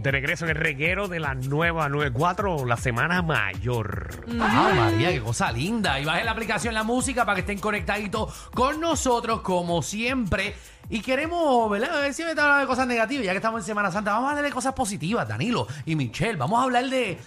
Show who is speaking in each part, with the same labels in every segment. Speaker 1: de regreso en el reguero de la nueva 94, la semana mayor.
Speaker 2: Ah, María, qué cosa linda. Y bajen la aplicación La Música para que estén conectaditos con nosotros, como siempre. Y queremos, ¿verdad? A ver si me está hablando de cosas negativas, ya que estamos en Semana Santa. Vamos a hablar de cosas positivas, Danilo y Michelle. Vamos a hablar de,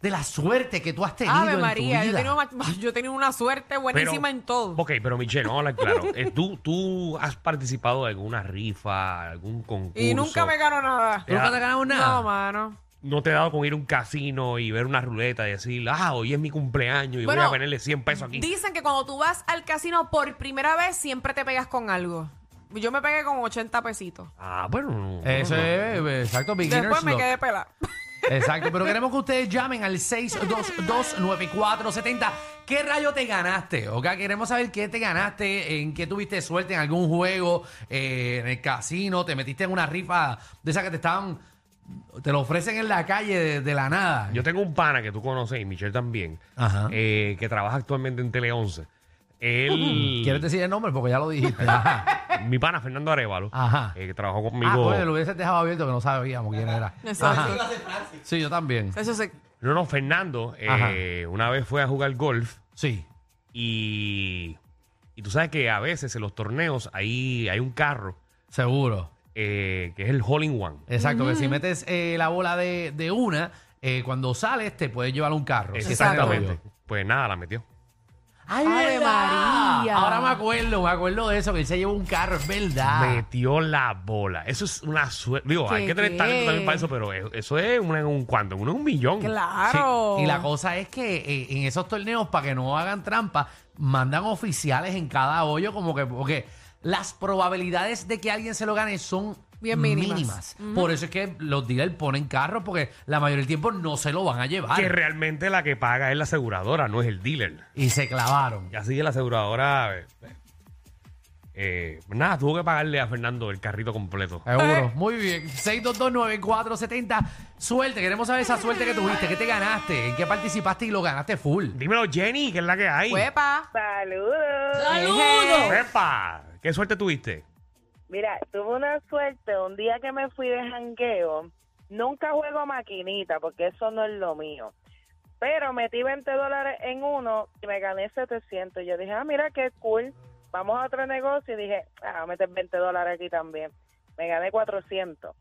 Speaker 2: de la suerte que tú has tenido.
Speaker 3: Ave
Speaker 2: en
Speaker 3: María,
Speaker 2: tu
Speaker 3: yo
Speaker 2: vida.
Speaker 3: tenía, una, yo tenía una suerte buenísima en todo.
Speaker 1: Ok, pero Michelle, vamos a hablar claro. Eh, ¿tú, ¿Tú has participado de alguna rifa, algún concurso?
Speaker 3: Y nunca me ganó nada.
Speaker 1: Te ha-
Speaker 2: ¿Nunca te ganamos
Speaker 3: No,
Speaker 2: nada?
Speaker 3: mano.
Speaker 1: ¿No te ha dado con ir a un casino y ver una ruleta y decir, ah, hoy es mi cumpleaños y
Speaker 3: Bueno,
Speaker 1: voy a ponerle 100 pesos aquí?
Speaker 3: Dicen que cuando tú vas al casino por primera vez siempre te pegas con algo. Yo me pegué con 80 pesitos.
Speaker 1: Ah, bueno. no,
Speaker 2: Eso
Speaker 1: no.
Speaker 2: es, eh, exacto, beginner's
Speaker 3: Después me
Speaker 2: luck.
Speaker 3: quedé pelada.
Speaker 2: Exacto, pero queremos que ustedes llamen al 6229470. ¿Qué rayo te ganaste? ¿Ok? Queremos saber qué te ganaste, en qué tuviste suerte en algún juego, eh, en el casino, te metiste en una rifa de esas que te estaban, te lo ofrecen en la calle de, de la nada.
Speaker 1: Yo tengo un pana que tú conoces y Michelle también,
Speaker 2: Ajá.
Speaker 1: eh, que trabaja actualmente en Tele 11. Él,
Speaker 2: ¿Quieres decir el nombre? Porque ya lo dijiste. Ajá.
Speaker 1: mi pana Fernando Arevalo,
Speaker 2: Ajá.
Speaker 1: eh, que trabajó
Speaker 2: Ah,
Speaker 1: conmigo.
Speaker 2: coño, lo hubieses dejado abierto que no sabíamos quién era.
Speaker 3: Exacto.
Speaker 2: Sí, yo también.
Speaker 3: Eso sí.
Speaker 1: No, no, Fernando, eh, una vez fue a jugar golf
Speaker 2: Sí.
Speaker 1: y, y tú sabes que a veces en los torneos ahí hay un carro
Speaker 2: Seguro.
Speaker 1: eh, que es el Hole in One.
Speaker 2: Exacto, que si metes eh, la bola de, de una, eh, cuando sales te puedes llevar un carro. Si estás en el
Speaker 1: Exactamente.
Speaker 2: hoyo.
Speaker 1: Pues nada, la metió.
Speaker 2: ¡Ay,
Speaker 3: ¡Ave
Speaker 2: verdad!
Speaker 3: María!
Speaker 2: Ahora me acuerdo, me acuerdo de eso, que él se llevó un carro, es verdad.
Speaker 1: Metió la bola. Eso es una suerte. Digo, hay
Speaker 3: Ah. ¿Qué,
Speaker 1: que tener
Speaker 3: qué?
Speaker 1: talento también para eso, pero e, eso, eso es una- un cuánto, uno en un millón.
Speaker 3: Claro.
Speaker 2: Sí, Y la cosa es que eh, en esos torneos, para que no hagan trampa, mandan oficiales en cada hoyo, como que, porque las probabilidades de que alguien se lo gane son
Speaker 3: Bien mínimas.
Speaker 2: Por eso es que los dealers ponen carros, porque la mayoría del tiempo no se lo van a llevar.
Speaker 1: Que realmente la que paga es la aseguradora, no es el dealer.
Speaker 2: Y se clavaron.
Speaker 1: Y así que la aseguradora. eh, eh, nada, tuvo que pagarle a Fernando el carrito completo.
Speaker 2: Seguro. Muy bien. 6229470. Suerte. Queremos saber esa suerte que tuviste. ¿Qué te ganaste? ¿En qué participaste y lo ganaste full?
Speaker 1: Dímelo, Jenny, que es la que hay.
Speaker 3: Huepa.
Speaker 4: Saludos.
Speaker 3: ¡Saludos!
Speaker 1: ¡Epa! ¿Qué suerte tuviste?
Speaker 4: Mira, tuve una suerte un día que me fui de jangueo. Nunca juego maquinita porque eso no es lo mío. Pero metí 20 dólares en uno y me gané 700. Yo dije, ah, mira qué cool. Vamos a otro negocio y dije, ah, voy a meter 20 dólares aquí también. Me gané 400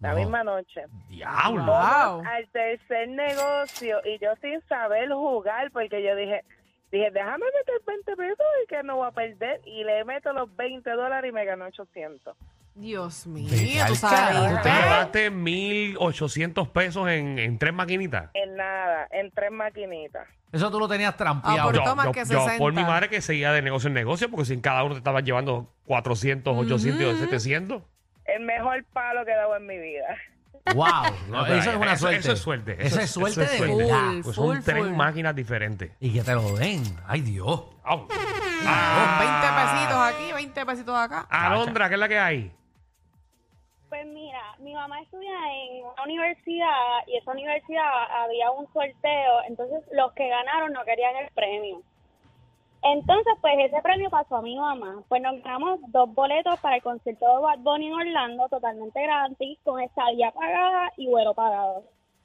Speaker 4: la
Speaker 2: No.
Speaker 4: misma noche.
Speaker 1: ¡Diablo!
Speaker 3: Wow.
Speaker 4: al tercer negocio y yo sin saber jugar porque yo dije, dije, déjame meter 20 pesos y que no voy a perder y le meto los 20 dólares y me ganó 800.
Speaker 3: Dios
Speaker 2: Vete
Speaker 3: mío,
Speaker 2: al
Speaker 3: tú
Speaker 2: carajo.
Speaker 1: Tú te
Speaker 2: Ah.
Speaker 3: sabes.
Speaker 1: ganaste 1.800 pesos en, en tres maquinitas.
Speaker 4: En nada, en tres maquinitas.
Speaker 2: Eso tú lo tenías
Speaker 3: Ah, por
Speaker 2: trampeado.
Speaker 3: Pero toma que
Speaker 1: yo
Speaker 3: 60.
Speaker 1: por mi madre que seguía de negocio en negocio, porque si en cada uno te estaban llevando 400, 800, 700.
Speaker 4: El mejor palo que he dado en mi vida.
Speaker 2: wow.
Speaker 1: No, pero
Speaker 2: eso es una
Speaker 1: eso-
Speaker 2: suerte.
Speaker 1: eso es suerte.
Speaker 2: Eso, es suerte de
Speaker 1: suerte.
Speaker 2: verdad.
Speaker 3: Full.
Speaker 1: Pues son
Speaker 3: Full,
Speaker 1: tres
Speaker 3: full.
Speaker 1: máquinas diferentes.
Speaker 2: Y que te lo den. Ay, Dios.
Speaker 1: Au.
Speaker 3: 20 pesitos
Speaker 1: Ah.
Speaker 3: aquí, 20 pesitos acá.
Speaker 1: Alondra, ¿qué es la que hay?
Speaker 5: Pues mira, mi mamá estudia en una universidad y esa universidad había un sorteo, entonces los que ganaron no querían el premio. Entonces, pues ese premio pasó a mi mamá. Pues nos ganamos dos boletos para el concierto de Bad Bunny en Orlando, totalmente gratis, con estadía pagada y vuelo pagado.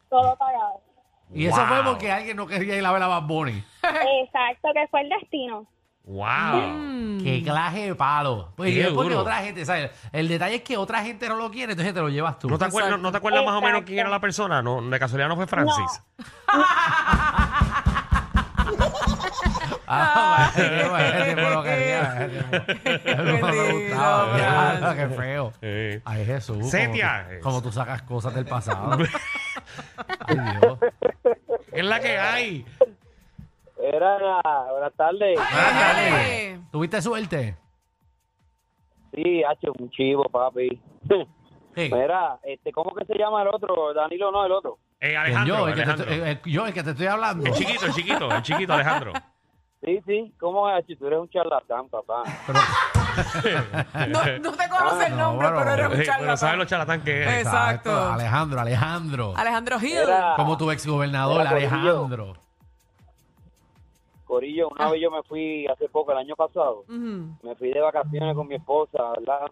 Speaker 5: Todo pagado.
Speaker 2: Y eso fue
Speaker 1: Wow.
Speaker 2: porque alguien no quería ir a ver a Bad Bunny.
Speaker 5: Exacto, que fue el destino.
Speaker 1: ¡Wow!
Speaker 3: Mm.
Speaker 2: Qué claje de palo. Pues
Speaker 1: Qué
Speaker 2: y es porque
Speaker 1: duro.
Speaker 2: otra gente, ¿sabes? El detalle es que otra gente no lo quiere, entonces te lo llevas tú.
Speaker 1: ¿No te, acuerdas, no, no te acuerdas más o menos
Speaker 5: Exacto.
Speaker 1: quién era la persona? No, de casualidad no fue Francis.
Speaker 2: Ah, bueno, bueno, te lo quería. No me
Speaker 3: lindo,
Speaker 2: gustaba. Ya,
Speaker 3: Francis.
Speaker 2: Qué feo.
Speaker 1: Eh.
Speaker 2: Ay, Jesús. como
Speaker 1: Setia.
Speaker 2: tú- Como, tú sacas cosas del pasado. Ay, Dios.
Speaker 1: ¿Qué es la que hay?
Speaker 6: Era, buenas tardes.
Speaker 2: Buenas
Speaker 3: Ejele.
Speaker 2: tardes. Ah, ¿Tuviste suerte?
Speaker 6: Sí, hace un chivo, papi.
Speaker 2: Sí.
Speaker 7: Pues,
Speaker 6: Mira, este, ¿cómo que se llama el otro? Danilo, no, el otro.
Speaker 1: Eh,
Speaker 2: Pues yo,
Speaker 1: Alejandro.
Speaker 2: el que te
Speaker 1: Alejandro.
Speaker 2: estoy- eh, eh, yo, el que te estoy hablando.
Speaker 1: El chiquito, el chiquito, el chiquito, Alejandro.
Speaker 6: Sí, sí, ¿cómo es? Si tú eres un charlatán, papá.
Speaker 3: No, no te conoce el
Speaker 2: Ah, No,
Speaker 3: nombre,
Speaker 2: bueno,
Speaker 3: pero eres un
Speaker 1: Eh, Pero sabes lo
Speaker 3: charlatán.
Speaker 1: charlatán que es.
Speaker 3: Esa. exacto.
Speaker 2: Alejandro, Alejandro.
Speaker 3: Alejandro Hill.
Speaker 6: Era,
Speaker 2: Como tu exgobernador,
Speaker 6: Era Corillo.
Speaker 2: Alejandro.
Speaker 6: Corillo, una vez yo me fui hace poco, el año pasado.
Speaker 3: Ujú.
Speaker 6: Me fui de vacaciones con mi esposa, ¿verdad?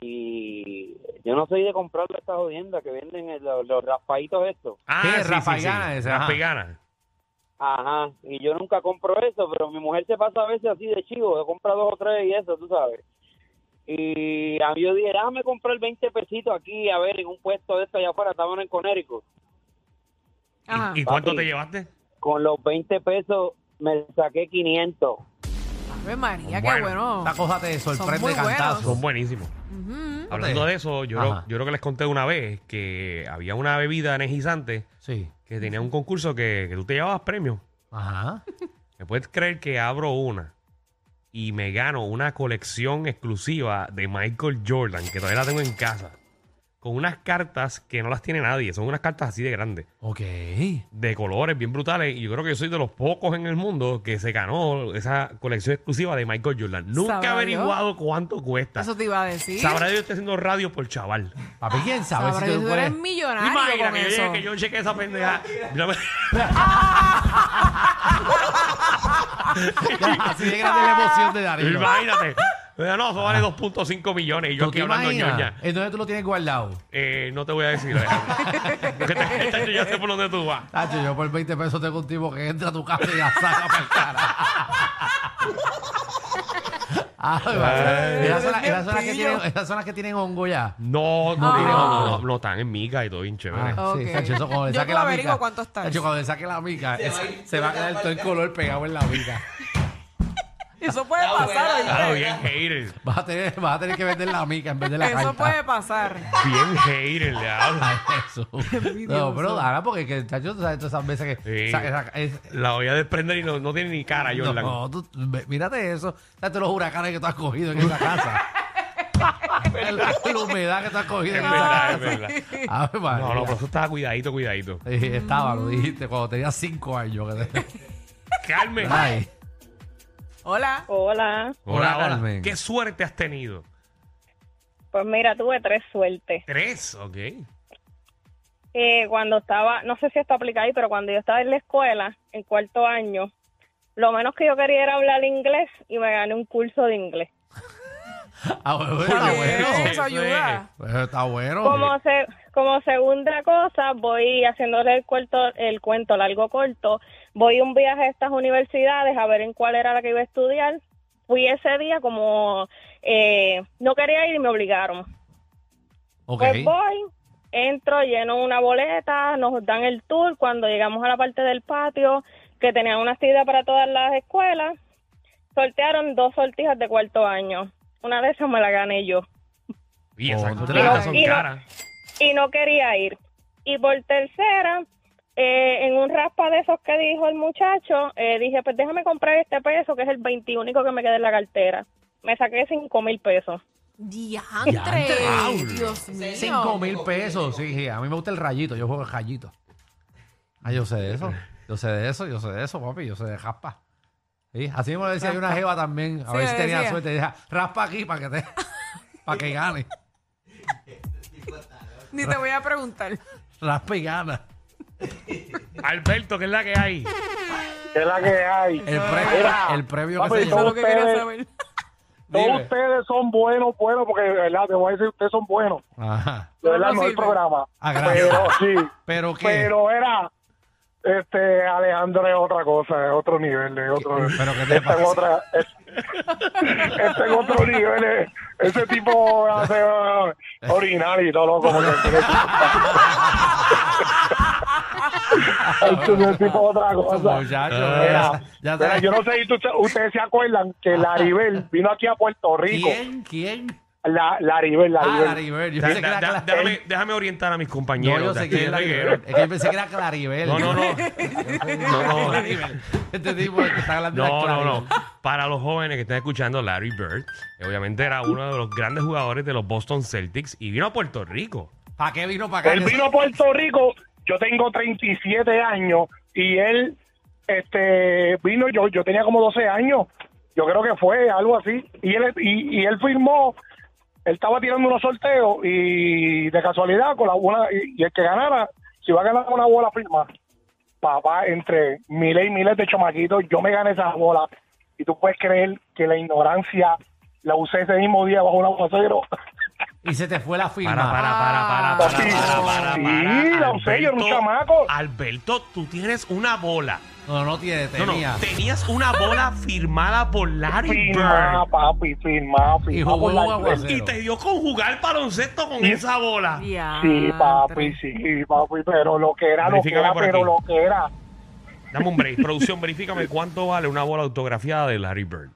Speaker 6: Y yo no soy de comprar estas jodiendas que venden el- los, los raspaditos estos.
Speaker 1: Ah,
Speaker 2: ¿Qué? Rafaigana esa, ajá.
Speaker 1: Rafaigana.
Speaker 6: Ajá. Y yo nunca compro eso, pero mi mujer se pasa a veces así de chivo. Yo compra dos o tres y eso, tú sabes. Y a mí yo dije, déjame comprar 20 pesitos aquí, a ver, en un puesto de esto allá afuera, estaban en Conérico.
Speaker 1: ¿Y-
Speaker 3: Ajá.
Speaker 1: ¿Y, cuánto
Speaker 6: Papi.
Speaker 1: te llevaste?
Speaker 6: Con los 20 pesos me saqué 500.
Speaker 3: Ave María, qué
Speaker 1: Bueno,
Speaker 3: bueno.
Speaker 2: Esta cosa te sorprende
Speaker 3: muy buenos.
Speaker 2: cantazo.
Speaker 1: Son buenísimos.
Speaker 3: Ujú.
Speaker 1: Hablando de eso, yo creo,
Speaker 2: Ajá.
Speaker 1: yo creo que les conté una vez que había una bebida energizante
Speaker 2: Sí.
Speaker 1: que tenía un concurso que, que tú te llevabas premios.
Speaker 2: Ajá.
Speaker 1: ¿Me puedes creer que abro una y me gano una colección exclusiva de Michael Jordan, que todavía la tengo en casa, con unas cartas que no las tiene nadie, son unas cartas así de grandes,
Speaker 2: Ok.
Speaker 1: de colores bien brutales, y yo creo que yo soy de los pocos en el mundo que se ganó esa colección exclusiva de Michael Jordan. Nunca he
Speaker 3: ¿Sabrá
Speaker 1: averiguado cuánto cuesta.
Speaker 3: Eso te iba a decir.
Speaker 1: Sabrá Dios estoy haciendo radio por chaval.
Speaker 2: Papi, ¿quién sabe
Speaker 3: Sabrá
Speaker 2: si
Speaker 3: Dios,
Speaker 2: tú
Speaker 3: tú eres
Speaker 2: puedes?
Speaker 3: millonario
Speaker 1: Imagina
Speaker 3: con
Speaker 1: pues. que yo,
Speaker 3: eso.
Speaker 1: llegue, que yo cheque esa pendeja. Mira,
Speaker 2: Así de grande la emoción de Darío.
Speaker 1: Imagínate. Mira, No, eso vale 2.5 millones y yo
Speaker 2: ¿Tú
Speaker 1: aquí
Speaker 2: te
Speaker 1: hablando ñoña.
Speaker 2: imaginas? Entonces tú lo tienes guardado.
Speaker 1: Eh, no te voy a decir. Alejandro. Porque te- te- yo ya sé por dónde tú vas.
Speaker 2: Tacho, yo por 20 pesos tengo un tipo que entra a tu casa y la saca para el cara. Ay, madre. Ah, Esas son las- esas son las que tienen- esas son las que tienen hongo ya.
Speaker 1: No, no,
Speaker 3: Ah.
Speaker 1: tiene- no, no, no, están en mica y todo bien chévere.
Speaker 2: Ah, sí,
Speaker 3: Ok.
Speaker 2: Tacho, eso cuando le
Speaker 3: Yo
Speaker 2: saque
Speaker 3: te
Speaker 2: la
Speaker 3: averiguo
Speaker 2: mica.
Speaker 3: cuánto está
Speaker 2: Tacho,
Speaker 3: eso.
Speaker 2: cuando le saque la mica, es- se va a quedar todo el color pegado en la mica.
Speaker 3: Eso puede pasar,
Speaker 1: Claro,
Speaker 3: oye.
Speaker 1: bien hater.
Speaker 2: Vas a tener, vas a tener que vender la mica en vez de la
Speaker 3: Eso
Speaker 2: carta.
Speaker 3: puede pasar.
Speaker 1: Bien hater, le hablo.
Speaker 2: Ay, Jesús. No, pero dala, porque que, Tacho, tú sabes todas esas veces que
Speaker 1: Sí.
Speaker 2: saca- saca- es-
Speaker 1: La voy a desprender y no, no tiene ni cara, Jordan.
Speaker 2: No, tú, ve- mírate eso. Fíjate los huracanes que tú has cogido en esa casa. la, la humedad que tú has cogido
Speaker 1: Es
Speaker 2: en
Speaker 1: verdad,
Speaker 2: esa
Speaker 1: es verdad.
Speaker 2: casa. Ah, A ver,
Speaker 1: No, no, pero eso estaba cuidadito, cuidadito.
Speaker 2: Estaba, lo dijiste, cuando tenía cinco años. que te-
Speaker 1: Carmen.
Speaker 2: Ay,
Speaker 3: Hola.
Speaker 4: Hola.
Speaker 1: Hola,
Speaker 2: Hola,
Speaker 1: hola.
Speaker 2: Carmen.
Speaker 1: ¿Qué suerte has tenido?
Speaker 4: Pues mira, tuve tres suertes.
Speaker 1: Tres, ok.
Speaker 4: Eh, cuando estaba, no sé si esto aplica ahí, pero cuando yo estaba en la escuela, en cuarto año, lo menos que yo quería era hablar inglés y me gané un curso de inglés.
Speaker 2: ah, bueno,
Speaker 1: Está
Speaker 2: está
Speaker 3: Oye,
Speaker 2: bueno.
Speaker 3: Eso ayuda.
Speaker 2: Bueno, Está bueno.
Speaker 4: Como, se, como segunda cosa, voy haciéndole el, cuento- el cuento largo corto, voy un viaje a estas universidades a ver en cuál era la que iba a estudiar. Fui ese día como eh, no quería ir y me obligaron.
Speaker 2: Ok.
Speaker 4: Pues voy, entro, lleno una boleta, nos dan el tour cuando llegamos a la parte del patio que tenían una actividad para todas las escuelas. Sortearon dos sortijas de cuarto año. Una de esas me la gané yo
Speaker 1: Y esas
Speaker 2: Contra.
Speaker 1: cartas son
Speaker 4: Y no-
Speaker 1: caras.
Speaker 4: y no quería ir. Y por tercera, eh, en un raspa de esos que dijo el muchacho, eh, dije, pues déjame comprar este peso, que es el 21 que me queda en la cartera. Me saqué cinco mil pesos.
Speaker 3: Diantre.
Speaker 2: Diantre.
Speaker 3: Dios mío.
Speaker 2: Cinco mil pesos, sí, sí. A mí me gusta el rayito, yo juego el rayito. Ah, yo sé de eso. Yo sé de eso, yo sé de eso, papi, yo sé de raspa. Sí, así mismo le decía yo a una jeva también, a
Speaker 3: Sí,
Speaker 2: ver
Speaker 3: le
Speaker 2: si tenía
Speaker 3: decía.
Speaker 2: suerte. Dije, raspa aquí para que te, para que gane.
Speaker 3: Ni te voy a preguntar.
Speaker 2: Raspa y gana.
Speaker 1: Alberto, ¿qué es la que hay?
Speaker 6: ¿Qué es la que hay?
Speaker 2: El, pre-
Speaker 6: Mira,
Speaker 2: el premio que
Speaker 6: papi,
Speaker 2: se
Speaker 3: Eso es
Speaker 2: llevó.
Speaker 3: lo que quería
Speaker 6: ustedes.
Speaker 3: saber.
Speaker 6: Todos
Speaker 2: Dime.
Speaker 6: ustedes son buenos, buenos, porque de verdad, te voy a decir, ustedes son buenos.
Speaker 2: Ajá.
Speaker 6: De verdad,
Speaker 3: No, no
Speaker 6: no hay
Speaker 3: sirve.
Speaker 6: programa.
Speaker 2: Ah, gracias.
Speaker 6: Pero sí.
Speaker 2: Pero qué.
Speaker 6: Pero era, este, Alejandro es otra cosa, es otro nivel, es otro.
Speaker 2: pero qué te
Speaker 6: está en
Speaker 2: pasa?
Speaker 6: otra, es, está en otro nivel. es- ese tipo hace ah, orinar y todo loco. Porque Ese tipo es otra cosa.
Speaker 2: Muchachos,
Speaker 6: Mira,
Speaker 2: Ah, ya, ya
Speaker 6: Ah. mira,
Speaker 2: te-
Speaker 6: yo no sé si tú- ustedes se acuerdan que Laribel vino aquí a Puerto Rico.
Speaker 2: ¿Quién? ¿Quién?
Speaker 6: La, Laribel,
Speaker 2: Ah,
Speaker 6: Laribel.
Speaker 2: Laribel. Yo
Speaker 1: Da-
Speaker 2: pensé que
Speaker 1: da-
Speaker 2: era
Speaker 1: da-
Speaker 2: Cla-
Speaker 1: déjame, déjame orientar a mis
Speaker 2: No,
Speaker 1: compañeros.
Speaker 2: yo
Speaker 1: de
Speaker 2: sé
Speaker 1: aquí
Speaker 2: que
Speaker 1: de
Speaker 2: es Laribel.
Speaker 1: reguero.
Speaker 2: Es que yo pensé que era Claribel.
Speaker 1: No, no, no.
Speaker 2: no. Este tipo que está hablando de
Speaker 1: No,
Speaker 2: las
Speaker 1: no, no.
Speaker 2: Claribel.
Speaker 1: Para los jóvenes que están escuchando, Larry Bird, eh, obviamente era uno de los grandes jugadores de los Boston Celtics y vino a Puerto Rico.
Speaker 2: ¿Para qué vino para acá?
Speaker 6: Él vino a Puerto Rico, yo tengo 37 años y él este vino yo yo tenía como 12 años. Yo creo que fue algo así y él y, y él firmó él estaba tirando unos sorteos y de casualidad con la una y, y el que ganara si va a ganar una bola firma. Papá, entre miles y miles de chamaquitos, yo me gané esa bola. Y tú puedes creer que la ignorancia la usé ese mismo día bajo un aguacero.
Speaker 2: Y se te fue la firma.
Speaker 1: Para, para, para, para, para,
Speaker 6: Ah.
Speaker 1: para,
Speaker 6: Sí,
Speaker 1: para,
Speaker 6: sí,
Speaker 1: para.
Speaker 6: la usé, yo era un chamaco.
Speaker 1: Alberto, tú tienes una bola.
Speaker 2: No, no tiene,
Speaker 1: No, no,
Speaker 2: tenía.
Speaker 1: tenías una bola firmada por Larry
Speaker 6: Firma,
Speaker 1: Bird.
Speaker 6: papi, firma,
Speaker 2: Y
Speaker 6: firma.
Speaker 2: jugó
Speaker 6: por
Speaker 2: un
Speaker 6: la-
Speaker 2: aguacero.
Speaker 1: Y te dio conjugar baloncesto con esa bola.
Speaker 6: Sí, papi, sí, papi, pero lo que era, lo que
Speaker 1: Verifícame
Speaker 6: era,
Speaker 1: por
Speaker 6: pero
Speaker 1: aquí.
Speaker 6: lo que era.
Speaker 1: Dame un break. Producción, verifícame cuánto vale una bola autografiada de Larry Bird.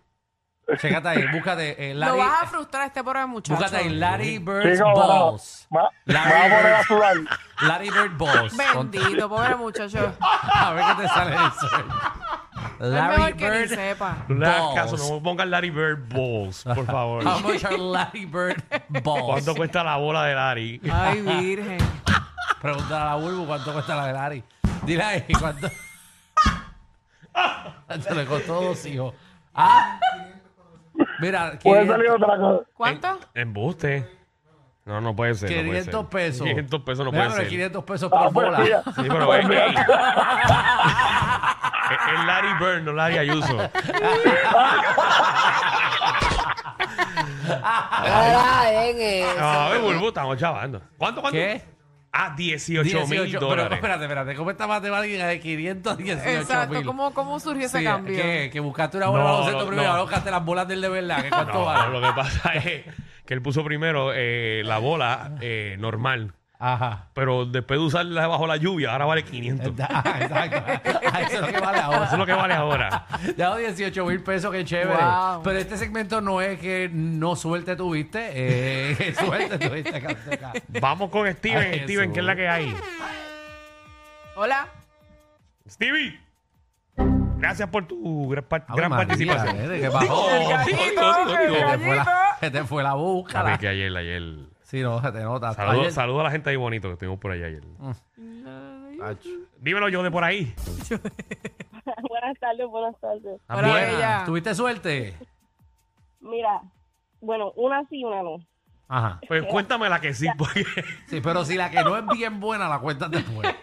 Speaker 2: Chécate ahí, búscate eh,
Speaker 3: Lo
Speaker 2: Larry.
Speaker 3: vas a frustrar a este pobre muchacho.
Speaker 2: Búscate ahí, Larry Bird
Speaker 6: Chico,
Speaker 2: Balls.
Speaker 6: me va me va a
Speaker 2: Larry
Speaker 6: poner a
Speaker 2: Bird,
Speaker 6: sudar.
Speaker 2: Larry Bird Balls.
Speaker 3: Bendito, pobre muchacho.
Speaker 2: A ver qué te sale eso.
Speaker 3: es
Speaker 2: Larry
Speaker 3: mejor que ni
Speaker 2: Bird.
Speaker 3: sepa.
Speaker 1: No le hagas caso,
Speaker 2: Balls.
Speaker 1: no me pongas Larry Bird Balls, por favor.
Speaker 2: How much are Larry Bird Balls?
Speaker 1: ¿Cuánto cuesta la bola de Larry?
Speaker 3: Ay, virgen.
Speaker 2: Pregúntale a la Bulbu cuánto cuesta la de Larry. Dile ahí cuánto. Se le costó dos hijos. Ah. Mira,
Speaker 6: Puede salir
Speaker 2: 500,
Speaker 6: otra cosa.
Speaker 3: ¿Cuánto?
Speaker 1: Embuste. No, no puede ser. no puede ser.
Speaker 2: 500 pesos.
Speaker 1: 500 pesos no
Speaker 2: Mira,
Speaker 1: puede
Speaker 2: pero
Speaker 1: ser.
Speaker 2: 500 pesos
Speaker 6: Ah,
Speaker 2: por
Speaker 6: pues,
Speaker 2: bola.
Speaker 6: mira.
Speaker 1: Sí, pero es, es- es Larry Bird, no Larry Ayuso. A ver, Bulbu, estamos chavando. ¿Cuánto, cuánto?
Speaker 2: ¿Qué?
Speaker 1: Ah, 18 mil
Speaker 2: 18, Pero
Speaker 1: dólares.
Speaker 2: espérate, espérate. ¿Cómo esta matemática de 518 mil?
Speaker 3: Exacto, ¿cómo, cómo surgió ese
Speaker 2: Sí,
Speaker 3: cambio?
Speaker 2: Que, que buscaste una bola
Speaker 1: No,
Speaker 2: de baloncesto
Speaker 1: no,
Speaker 2: primero,
Speaker 1: no.
Speaker 2: ahora buscaste las bolas del de verdad. que ¿Cuánto
Speaker 1: No,
Speaker 2: vale?
Speaker 1: lo que pasa es que él puso primero eh, la bola eh, normal,
Speaker 2: Ajá.
Speaker 1: pero después de usarla bajo la lluvia, ahora vale 500. Eso
Speaker 2: Ah, Exacto. Ah, Eso es lo que vale ahora.
Speaker 1: es lo que vale ahora.
Speaker 2: Ya 18 mil pesos, qué chévere.
Speaker 3: Wow.
Speaker 2: Pero este segmento no es que no suerte tuviste, eh, que suerte tuviste. Canto acá.
Speaker 1: Vamos con Steven,
Speaker 2: Ay,
Speaker 1: Steven,
Speaker 2: Jesús.
Speaker 1: que es la que hay.
Speaker 3: Hola.
Speaker 1: Stevie, gracias por tu gran, par-
Speaker 2: Ave
Speaker 1: gran
Speaker 2: María,
Speaker 1: participación.
Speaker 2: eh, ¿Qué pasó?
Speaker 1: Digo, digo, Oh, digo, digo.
Speaker 2: Se te fue la, se te fue la busca.
Speaker 1: A ver,
Speaker 2: la-
Speaker 1: que ayer, ayer.
Speaker 2: Sí, no, se te nota.
Speaker 1: Saludo,
Speaker 2: Ayer-
Speaker 1: saludo a la gente ahí bonito que estuvimos por allá ayer.
Speaker 2: Ach.
Speaker 1: Dímelo yo de por ahí.
Speaker 5: Buenas tardes, buenas tardes.
Speaker 3: Hola,
Speaker 2: Buena.
Speaker 3: bella.
Speaker 2: ¿Tuviste suerte?
Speaker 5: Mira, bueno, una sí, una no.
Speaker 2: Ajá.
Speaker 1: Pues cuéntame la que sí, porque
Speaker 2: Sí, pero si la que no es bien buena, la cuentas después.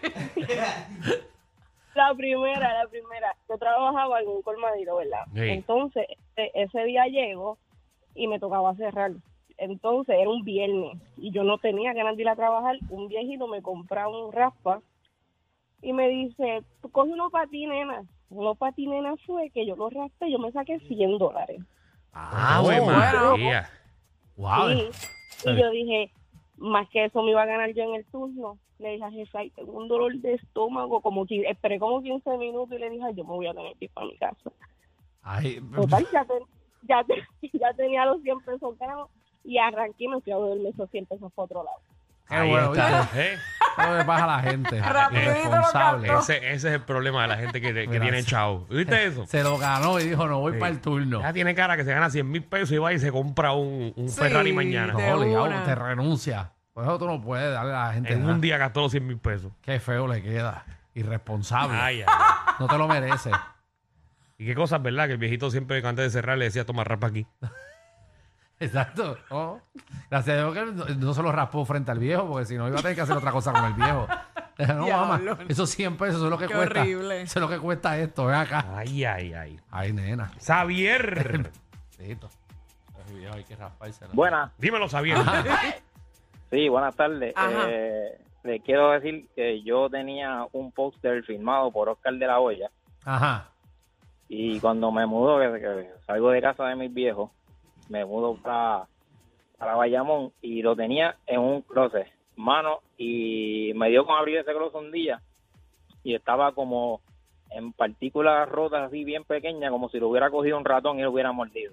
Speaker 5: La primera, la primera. Yo trabajaba en un colmadito, ¿verdad?
Speaker 1: Sí.
Speaker 5: Entonces, e- ese día llego y me tocaba cerrar. Entonces, era un viernes y yo no tenía ganas de ir a trabajar. Un viejito me compra un raspa y me dice, tú coge uno para ti, nena. Uno para ti, nena, fue que yo lo raspé yo me saqué 100 dólares.
Speaker 1: Ah,
Speaker 2: Oh,
Speaker 1: güey,
Speaker 3: bueno.
Speaker 1: María.
Speaker 2: Wow.
Speaker 5: Sí. Y yo dije, más que eso me iba a ganar yo en el turno. Le dije a jefe, "Ay, tengo un dolor de estómago, como que esperé como 15 minutos y le dije, "Ay, yo me voy a tener que ir para mi casa.
Speaker 2: Ay,
Speaker 5: Total, ya, ten- ya, te- ya tenía los 100 pesos ganados y arranqué y me fui a beberme esos 100 pesos por otro lado.
Speaker 2: qué bueno, ¿viste?
Speaker 1: ¿eh?
Speaker 2: Todo le pasa a la gente.
Speaker 3: Rapidito lo
Speaker 2: Irresponsable.
Speaker 1: Ese, ese es el problema de la gente que, que
Speaker 2: Mira,
Speaker 1: tiene
Speaker 2: sí.
Speaker 1: chao. ¿Viste eso?
Speaker 2: Se lo ganó y dijo, no voy
Speaker 1: Sí.
Speaker 2: para el turno.
Speaker 1: Ya tiene cara que se gana 100 mil pesos y va y se compra un, un
Speaker 3: Sí.
Speaker 1: Ferrari mañana.
Speaker 3: De
Speaker 2: No, obligado,
Speaker 3: una.
Speaker 2: te renuncia. Por eso tú no puedes darle a la gente
Speaker 1: En
Speaker 2: nada.
Speaker 1: un día gastó los 100 mil pesos.
Speaker 2: Qué feo le queda. Irresponsable.
Speaker 1: Ay, ay.
Speaker 2: No te lo mereces.
Speaker 1: Y qué cosas, ¿verdad? Que el viejito siempre antes de cerrar le decía, toma rapa aquí.
Speaker 2: Exacto. Oh. No. Gracias a Dios que no, no se lo raspó frente al viejo, porque si no iba a tener que hacer otra cosa con el viejo. No, mamá.
Speaker 3: Diablo.
Speaker 2: Esos 100 pesos eso es lo que
Speaker 3: Qué
Speaker 2: cuesta.
Speaker 3: horrible.
Speaker 2: Eso es lo que cuesta esto. Ven acá.
Speaker 1: Ay, ay, ay.
Speaker 2: Ay, nena.
Speaker 1: Xavier.
Speaker 2: Listo. El viejo hay que raspárselo.
Speaker 7: Buenas,
Speaker 1: Dímelo, Xavier.
Speaker 7: sí, buenas tardes.
Speaker 3: Ajá.
Speaker 7: Eh, le quiero decir que yo tenía un póster firmado por Oscar de la Hoya
Speaker 2: Ajá.
Speaker 7: y cuando me mudo, que, que salgo de casa de mis viejos, me mudo para, para Bayamón y lo tenía en un closet, mano, y me dio con abrir ese closet un día y estaba como en partículas rotas así bien pequeñas, como si lo hubiera cogido un ratón y lo hubiera mordido.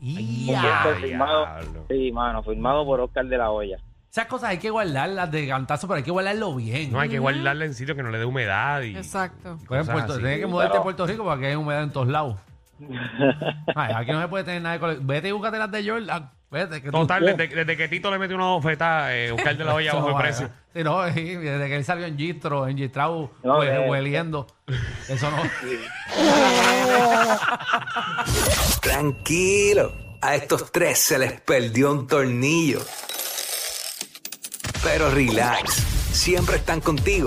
Speaker 2: Y
Speaker 7: Un póster
Speaker 1: diablo.
Speaker 7: firmado, sí, mano, firmado por Oscar de la Hoya.
Speaker 2: Esas cosas hay que guardarlas de gantazo, pero hay que guardarlo bien.
Speaker 1: No hay que guardarle en sitio que no le dé humedad. Y...
Speaker 3: Exacto.
Speaker 2: Por
Speaker 1: cosas
Speaker 2: ejemplo,
Speaker 1: así.
Speaker 2: tienes que mudarte
Speaker 7: Claro.
Speaker 2: a Puerto Rico porque hay humedad en todos lados. Ay, aquí no se puede tener nada de colección. Vete y búscate las de Jordan. Vete, que tú-
Speaker 1: Total, desde, desde que Tito le metió una bofeta, eh, Oscar de la olla
Speaker 2: Eso
Speaker 1: bajo
Speaker 2: no
Speaker 1: el
Speaker 2: va,
Speaker 1: precio.
Speaker 2: ¿verdad? Sí, no, sí, desde que él salió en Gistro, en Gistrau,
Speaker 7: No,
Speaker 2: hue-
Speaker 7: eh,
Speaker 2: hueliendo. Eso no.
Speaker 8: Tranquilo, a estos tres se les perdió un tornillo. Pero relax, siempre están contigo.